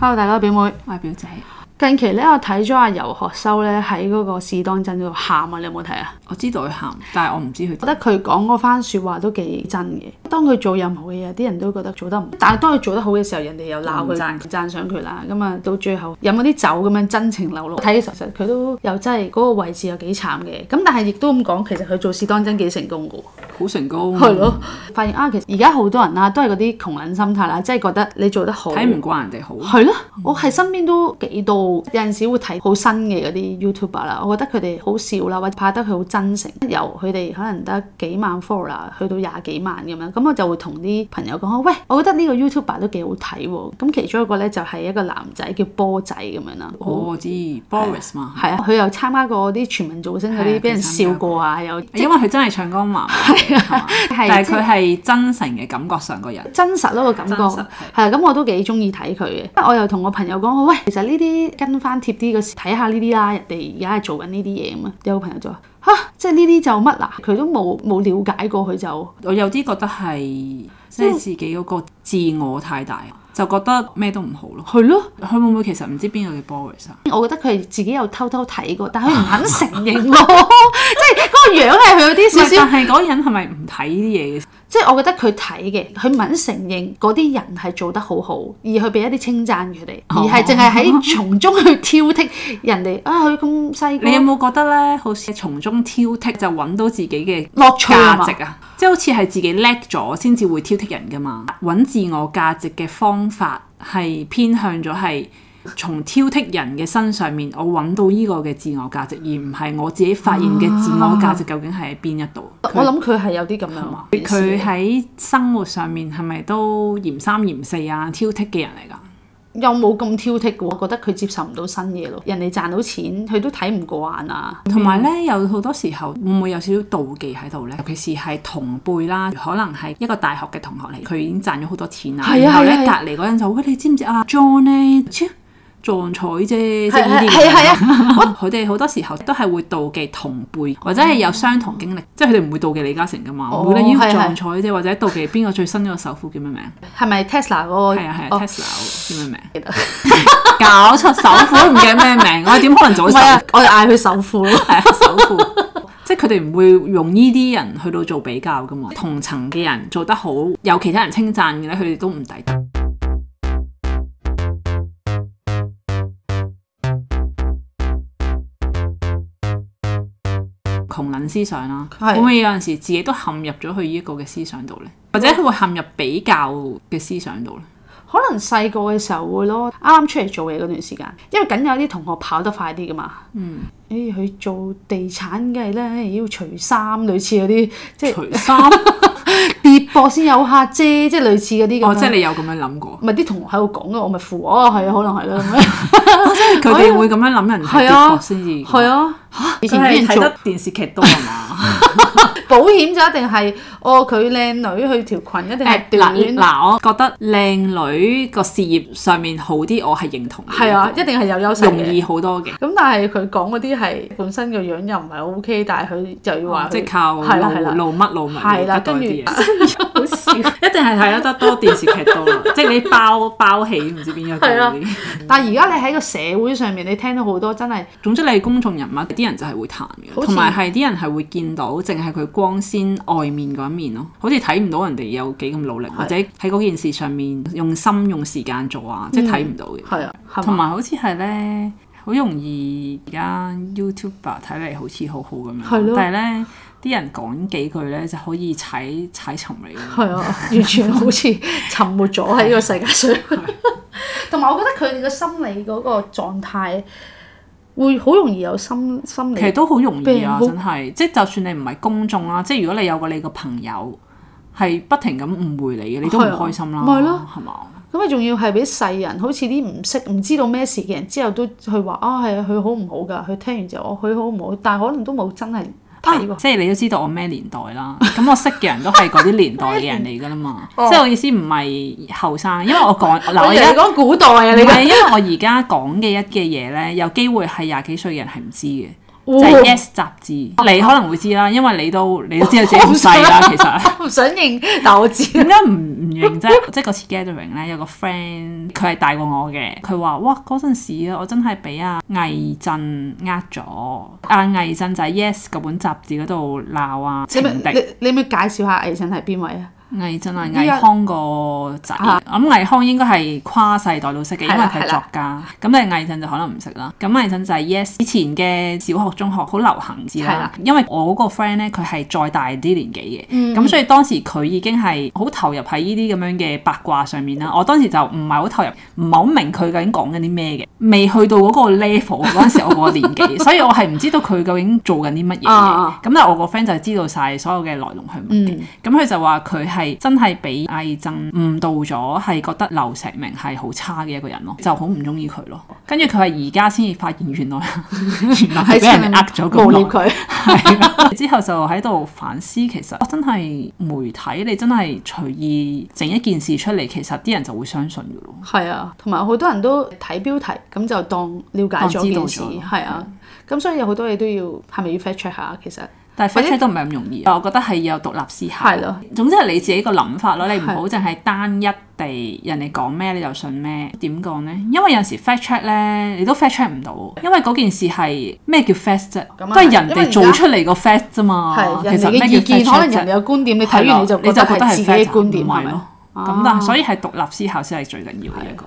Hello，大家表妹。我係表姐，近期咧，我睇咗阿游學修咧喺嗰個試當真嗰度喊啊！你有冇睇啊？我知道佢喊，但係我唔知佢覺得佢講嗰番説話都幾真嘅。當佢做任何嘅嘢，啲人都覺得做得唔，但係當佢做得好嘅時候，人哋又鬧佢、唔讚讚賞佢啦。咁啊，到最後飲嗰啲酒咁樣真情流露，睇其實佢都又真係嗰個位置又幾慘嘅。咁但係亦都咁講，其實佢做試當真幾成功嘅喎。好成功，係咯，發現啊，其實而家好多人啦，都係嗰啲窮撚心態啦，即係覺得你做得好，睇唔慣人哋好，係咯，我係身邊都幾多，有陣時會睇好新嘅嗰啲 YouTuber 啦，我覺得佢哋好笑啦，或者拍得佢好真誠，由佢哋可能得幾萬 follower 去到廿幾萬咁樣，咁我就會同啲朋友講喂，我覺得呢個 YouTuber 都幾好睇喎，咁其中一個咧就係一個男仔叫波仔咁樣啦，哦我知 Boris 嘛，係啊，佢又參加過啲全民造星嗰係啊啲，俾人佢參加笑過啊， 有即因為佢真係唱歌嘛， 係嘛但係佢係真誠嘅感覺上個人，真實咯個感覺，真實係係啊咁我都幾中意睇佢嘅。我又同我朋友講：喂，其實呢啲跟翻貼啲嘅事，睇下呢啲啦，人哋而家係做緊呢啲嘢咁啊。有個朋友就話：吓，即係呢啲就乜啦？佢都冇冇了解過，佢就我有啲覺得係即係自己嗰個自我太大，就覺得咩都唔好咯。係咯。佢會唔會其實唔知邊個嘅 Boris 啊？哦我覺得佢係自己有偷偷睇過，但佢唔肯承認 咯。即係嗰個樣係佢有啲唔少係少但係嗰個人係咪唔睇呢啲嘢嘅？即係我覺得佢睇嘅，佢唔肯承認嗰啲人係做得好好，而去俾一啲稱讚佢哋，而哦係淨係喺從中去挑剔人哋啊！佢咁細個你有冇覺得咧，好似從中挑剔就揾到自己嘅樂趣啊嘛價值啊？即係好似係自己叻咗先至會挑剔人噶嘛？揾自我價值嘅方法係偏向咗係從挑剔人嘅身上面，我揾到呢個嘅自我價值，而唔係我自己發現嘅自我價值究竟係喺邊一 度。我諗佢係有啲咁樣嘛，佢佢喺生活上面係咪都嫌三嫌四啊？挑剔嘅人嚟㗎？又冇咁挑剔嘅喎，我覺得佢接受唔到新嘢咯。人哋賺到錢，佢都睇唔過眼啊。同埋咧，有好多時候會唔會有少少妒忌喺度咧？嗯尤其是係同輩啦，可能係一個大學嘅同學嚟，佢已經賺咗好多錢啦。係啊然後咧係啊係啊隔離嗰人就喂，你知唔知啊？John 咧，切撞彩啫，即係呢啲係啊係啊咁樣。 佢哋好多時候都係會妒忌同輩，或者係有相同經歷，即係佢哋唔會妒忌李嘉誠噶嘛，嗯哦唔會咧要係係撞彩啫，或者妒忌邊個最新嗰個首富叫咩 名？係咪 Tesla 嗰個？係啊係哦啊，Tesla 叫咩名？ 搞錯首富都唔記得咩名，我點可能做唔首係富啊？，我哋嗌佢首富咯。係啊，首富。 即係佢哋唔會用呢啲人去到做比較噶嘛，同層嘅人做得好，有其他人稱讚嘅咧，佢哋都唔抵。窮撚思想啦，係會唔會有陣時自己都陷入咗去呢一個嘅思想度咧？或者佢會陷入比較嘅思想度咧？可能細個嘅時候會咯，啱啱出嚟做嘢嗰段時間，因為梗有啲同學跑得快啲噶嘛。嗯，誒、佢做地產嘅咧，要除衫，類似嗰啲即係除 衫，跌波先有客啫，即係類似嗰啲咁樣。哦，即係你有咁樣諗過？咪啲同學喺度講嘅，我咪扶我，係啊，可能係啦 咁樣。佢哋會咁樣諗人係係啊的確先至係啊，以前啲佢係人睇做得電視劇多係嘛？ 保險就一定係哦，佢靚女，佢條裙一定係誒短嗱嗱，我覺得靚女個事業上面好啲，我係認同嘅。係啊，一定係有優勢嗯容嘅。易好多嘅，咁但係佢講嗰啲係本身個樣又唔係 O K，但係佢就要話哦即係佢靠係啦係露啦露乜露乜係啦，得多跟住啲嘢。好笑。 一定係睇得得多電視劇多啦，即係你包包起唔知邊一個係啊嗰啲。但係而家你喺個社會上面，你聽到好多真係總之你係公眾人物，啲人就係會彈好嘅，似同埋係啲人係會見到，淨係佢光鮮外面嗰一面咯，好似睇唔到人哋有幾咁努力，或者喺嗰件事上面用心用時間做啊，即係睇唔到嘅。係啊，係同嘛？埋好似係咧，好容易而家 YouTuber 睇嚟好似好好咁係樣咯，但係咧啲人講幾句咧就可以踩踩沉你咁樣。係啊，完全好似沉沒咗喺呢個世界 上。同埋我覺得佢哋嘅心理嗰個狀態會好容易有心心其實理都好容易啊，病真係，即係就算你唔係公眾啦，即係如果你有個你個朋友係不停咁誤會你嘅，你都唔係啊開心啦，咪係咯係嘛？咁啊你仲要係俾世人，好似啲唔識、唔知道咩事嘅人之後都去話啊，係啊，佢好唔好㗎？佢聽完之後，我佢好唔好？但係可能都冇真係睇過。即係你都知道我咩年代啦，咁我識嘅人都係嗰啲年代嘅人嚟㗎啦嘛，即 哦係我意思唔係後生，因為我講嗱 我我而以為家你講古代啊，你唔講係因為我而家講嘅一嘅嘢咧，有機會係廿幾歲嘅人係唔知嘅。哦就係 Yes 雜誌。你可能會知啦，因為你都你都知道自己好 細啦，其實。我唔想認， 但我知。點解唔唔認啫？ 即係嗰次 gathering 咧，有個 friend 佢係大過我嘅，佢話：哇嗰陣時啊，我真係俾阿魏震呃咗。阿魏震就喺 Yes 嗰本雜誌嗰度鬧啊你情咪敵。你你咪介紹下魏晨係邊位啊？魏震係呢魏個康個仔，咁魏康應該係跨世代都識嘅，因為係啦佢係作家。咁但係魏震就可能唔識啦。咁魏震就係 Yes 以前嘅小學、中學好流行字係啦啦。因為我嗰個 friend 咧，佢係再大啲年紀嘅，咁、嗯所以當時佢已經係好投入喺呢啲咁樣嘅八卦上面啦。我當時就唔係好投入，唔係好明佢究竟講緊啲咩嘅，未去到嗰個 level 嗰陣時，我個年紀，所以我係唔知道佢究竟做緊啲乜嘢啊嘅啊。嗯咁但係我個 friend 就知道晒所有嘅來龍去脈嘅，咁佢、就話佢係真係俾魏震誤導咗，係覺得劉錫明係好差嘅一個人咯，就好唔中意佢咯。哦跟住佢係而家先至發現 原來原來係俾人呃咗污蔑咁耐，佢。係啦之後就喺度反思，其實哦真係媒體你真係隨意整一件事出嚟，其實啲人就會相信嘅咯。係啊，同埋好多人都睇標題咁就當了解咗當件知事，道咗係啊。咁所以有好多嘢都要係咪要 fact check 下？其實但係 f a 都唔係咁容易，我覺得係有獨立思考。係咯，總之係你自己個諗法咯，你唔係好淨係單一地人哋講咩你就信咩。點講呢？因為有時 fact check 咧，你都 fact check 唔到，因為嗰件事係咩叫 fact 啫？咁啊都係人因為而家哋做出嚟個 fact 啫嘛。係哦其人實哋嘅咩意叫 fact 見，可 check 能人啫？哋有觀點，你睇完你就係咯覺得係自己嘅 fact 觀點唔係係咪？咯？咁啊但係所以係獨立思考先係最緊要嘅一個。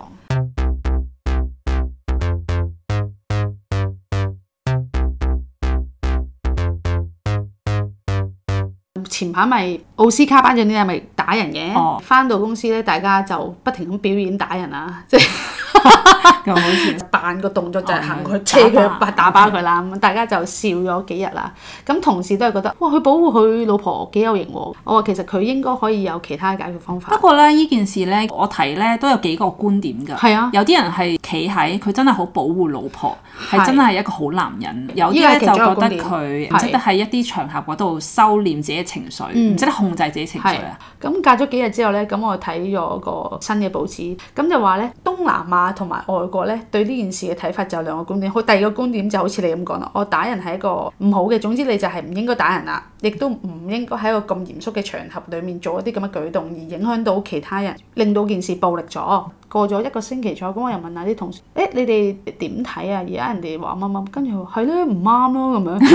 前排咪奧斯卡頒獎典禮咪打人哦嘅，翻、到公司咧，大家就不停咁表演打人啊，即係咁好似扮個動作就係行過哦去車佢打巴打打巴佢啦，咁大家就笑咗幾日啦。咁同事都係覺得，哇，佢保護佢老婆幾有型喎。我話其實佢應該可以有其他解決方不法。過咧，呢件事咧，我睇咧都有幾個觀點㗎。係啊有啲人係企喺佢真係好保護老婆，係係真係一個好男人。有啲呢個係咧就其覺中一個得觀點佢唔識得喺一啲場合嗰度收斂自己嘅情緒，唔嗯識得控制自己情緒啊。咁隔咗幾日之後咧，咁我睇咗個新嘅報紙，咁就話咧東南亞同埋外國咧對呢件事嘅睇法就有兩個觀點。好，第二個觀點就好似你咁講啦，我打人係一個唔好嘅，總之你就係唔應該打人啦，亦都唔應該喺一個咁嚴肅嘅場合裡面做一啲咁嘅舉動，而影響到其他人，令到件事暴力咗。過咗一個星期左右，咁我又問下啊啲同事，誒、你哋點睇啊？而家人哋話乜乜，跟住佢話係咧唔啱咯咁樣。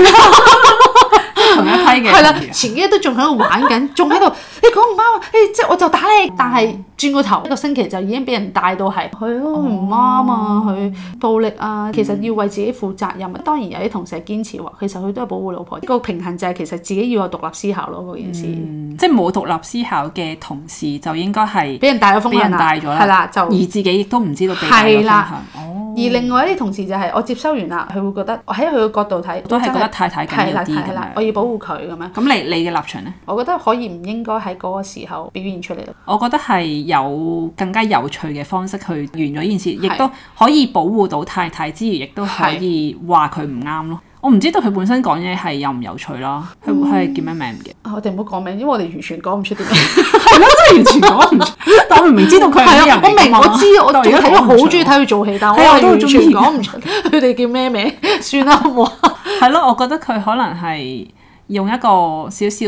同一 批嘅啊係啦人，前幾日都仲喺度玩 緊，仲喺度你講唔啱啊！誒，即係我就打你，但係轉個頭一個星期就已經俾人帶到係，佢咯唔啱哦啊，佢暴力啊，其實要為自己負責任。啊當然有啲同事係堅持話，其實佢都係保護老婆。個平衡就係其實自己要有獨立思考咯，嗰件事嗯即係冇獨立思考嘅同事就應該係俾人帶咗風俾人向啦，帶咗啦，係啦就而。自己亦都唔知道被帶咗係方啦向。哦，而另外一啲同事就係我接收完啦，佢會覺得喺佢嘅角度睇，都係覺得真太太緊係要啦啲咁係啦，我樣。要保護佢咁樣。咁你你嘅立場咧？我覺得可以唔應該喺嗰個時候表現出嚟咯。我覺得係有更加有趣嘅方式去完咗呢件事，亦係都可以保護到太太之餘，亦都可以話佢唔啱咯。我唔知道佢本身講嘢係有唔有趣啦，佢嗯佢係叫咩名唔記得，啊我哋唔好講名，因為我哋完全講唔出啲咩。係咯，真係完全講唔出。但我明明知 道佢係係咩人啊，我明我知，我仲睇我好中意睇睇。佢做戲，但我係啊我係都好完全鍾意講唔出 佢哋叫咩名， 算啦好唔好 啊？係咯，我覺得佢可能係用一個少少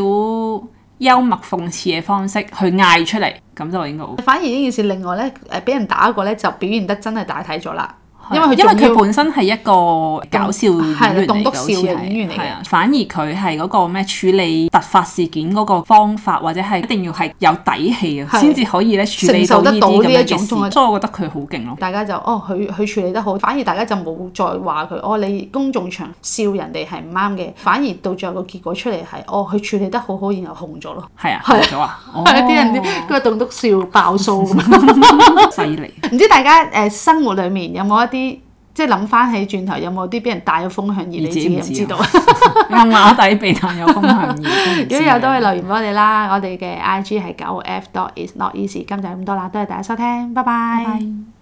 幽默諷刺嘅方式去嗌出嚟，咁就應該 OK。反而呢件事，另外咧誒俾人打過咧，就表現得真係大體咗啦，因為佢啊因為仲要佢本身係一個搞笑演係啦員嚟棟嘅，篤好笑似嘅係演員嚟嘅係啊，反而佢係嗰個咩處理突發事件嗰個方法，或者係一定要係有底氣嘅，係先至可以咧處承理受呢得到啲咁呢一樣嘅種事。仲係所以我覺得佢好勁咯。大家就哦佢佢處理得好，反而大家就冇再話佢哦你公眾場笑人哋係唔啱嘅，反而到最後個結果出嚟係哦佢處理得好好，然後紅咗咯，係啊，係咗啊，哦係 啲人佢棟篤笑爆數咁樣。哦 犀 利。唔知大家誒、呃生活裡面有冇一啲即係諗翻起轉頭有冇啲俾人帶咗風向而你而自自己己唔唔知知啊 道？硬馬底避彈有風向而如果有都可以留言俾我哋啦，我哋嘅 I G 係九 F dot is not easy。今集咁多啦，多謝大家收聽，拜拜拜。